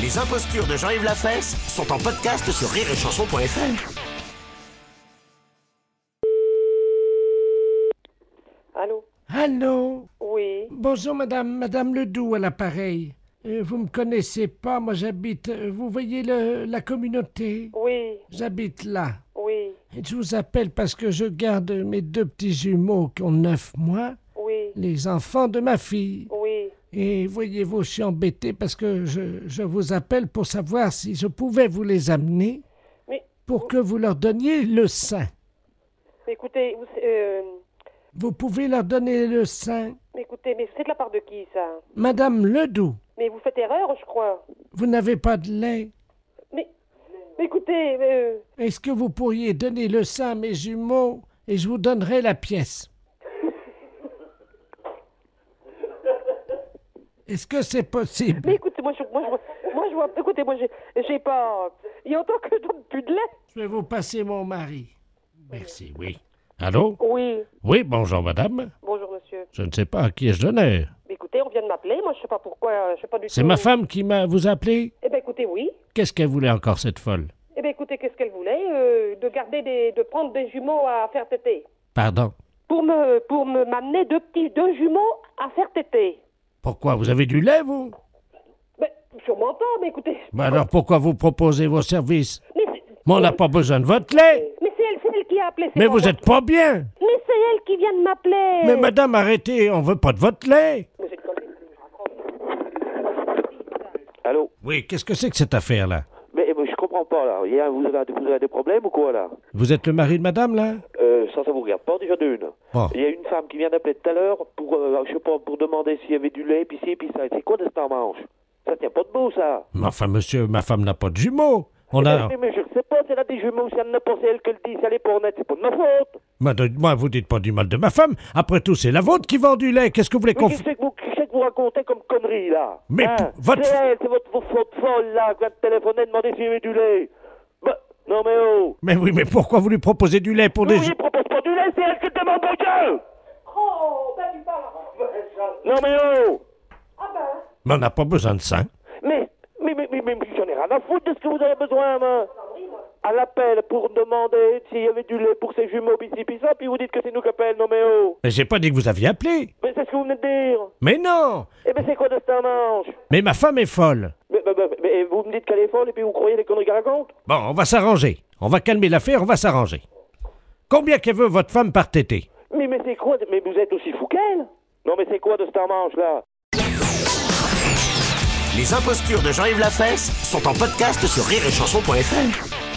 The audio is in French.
Les impostures de Jean-Yves Lafesse sont en podcast sur rireetchanson.fr. Allô Allô Oui. Bonjour madame, madame Ledoux à l'appareil. Euh, vous me connaissez pas, moi j'habite, euh, vous voyez le, la communauté Oui. J'habite là. Oui. Et je vous appelle parce que je garde mes deux petits jumeaux qui ont neuf mois, Oui. les enfants de ma fille. Oui. Et voyez-vous, je suis embêté parce que je, je vous appelle pour savoir si je pouvais vous les amener Mais pour que vous leur donniez le sein. écoutez, vous- euh, Vous pouvez leur donner le sein. écoutez, mais c'est de la part de qui ça Madame Ledoux, Mais vous faites erreur, je crois. vous n'avez pas de lait Mais, mais écoutez, euh, Est-ce que vous pourriez donner le sein à mes jumeaux et je vous donnerai la pièce Est-ce que c'est mais possible écoutez, moi je, moi je, moi je vois, écoutez, moi j'ai, j'ai pas. Il y a longtemps que je donne plus de lait. Je vais vous passer mon mari. Merci, oui. Allô Oui. Oui, bonjour madame. Bonjour monsieur. Je ne sais pas à qui je donnais. Mais écoutez, on vient de m'appeler. Moi je sais pas pourquoi, euh, je sais pas du tout. C'est ma femme qui m'a vous appelé Eh ben écoutez, oui. Qu'est-ce qu'elle voulait encore cette folle Eh ben écoutez, qu'est-ce qu'elle voulait euh, De garder des, de prendre des jumeaux à faire téter. Pardon. Pour me, pour me m'amener deux petits, deux jumeaux à faire téter. Pourquoi Vous avez du lait, vous Ben, sûrement pas, mais écoutez. Ben Alors pourquoi vous proposez vos services Mais c'est- Mais on n'a pas besoin de votre lait mais c'est elle, c'est elle qui a appelé. c'est Mais pas vous moi. êtes pas bien Mais c'est elle qui vient de m'appeler. Mais madame, arrêtez, on veut pas de votre lait. Mais c'est une connerie, je raccroche. Allô Oui, qu'est-ce que c'est que cette affaire-là mais, eh ben, je comprends pas là. Il y a- vous, avez, vous avez des problèmes ou quoi là Vous êtes le mari de madame, là euh, Ça, ça vous regarde pas déjà d'une. Bon. Il y a une femme qui vient d'appeler tout à l'heure pour, euh, je sais pas, pour demander s'il y avait du lait, puis si, puis ça. C'est quoi de cette manche Ça tient pas debout ça. Mais enfin, monsieur, ma femme n'a pas de jumeaux. On a... Mais, mais je sais pas, c'est là des jumeaux, si elle n'a pas, c'est elle qui le dit, ça allait pas honnête, c'est pas de ma faute. Mais de- Moi, vous dites pas du mal de ma femme. Après tout, c'est la vôtre qui vend du lait. Qu'est-ce que vous voulez Mais qu'on... qu'est-ce f- que vous, qu'est-ce que vous racontez comme connerie là Hein Mais p- votre- C'est elle, c'est votre, votre faute folle là, qui vient de téléphoner, demander s'il y avait du lait. Bah, non mais oh Mais oui, mais pourquoi vous lui proposez du lait pour Vous des... lui propose pas du lait, c'est elle qui te demande mon Dieu Oh, ben tu parles. Non mais oh Ah ben. Mais on n'a pas besoin de ça. Mais, mais, mais, mais, mais j'en ai rien à foutre de ce que vous avez besoin, moi. À l'appel pour demander s'il y avait du lait pour ces jumeaux, pis ci, pis ça, puis vous dites que c'est nous qui appelle, non mais oh. Mais j'ai pas dit que vous aviez appelé. Mais c'est ce que vous venez de dire. Mais non Eh ben c'est quoi de cette manche Mais ma femme est folle. mais, mais, mais, mais vous me dites qu'elle est folle et puis vous croyez les conneries qu'elle raconte Bon, on va s'arranger. On va calmer l'affaire, on va s'arranger. Combien qu'elle veut votre femme par tété Mais, mais c'est quoi de- Mais vous êtes aussi fou qu'elle Non mais c'est quoi de cette manche là Les impostures de Jean-Yves Lafesse sont en podcast sur rireetchanson.fr.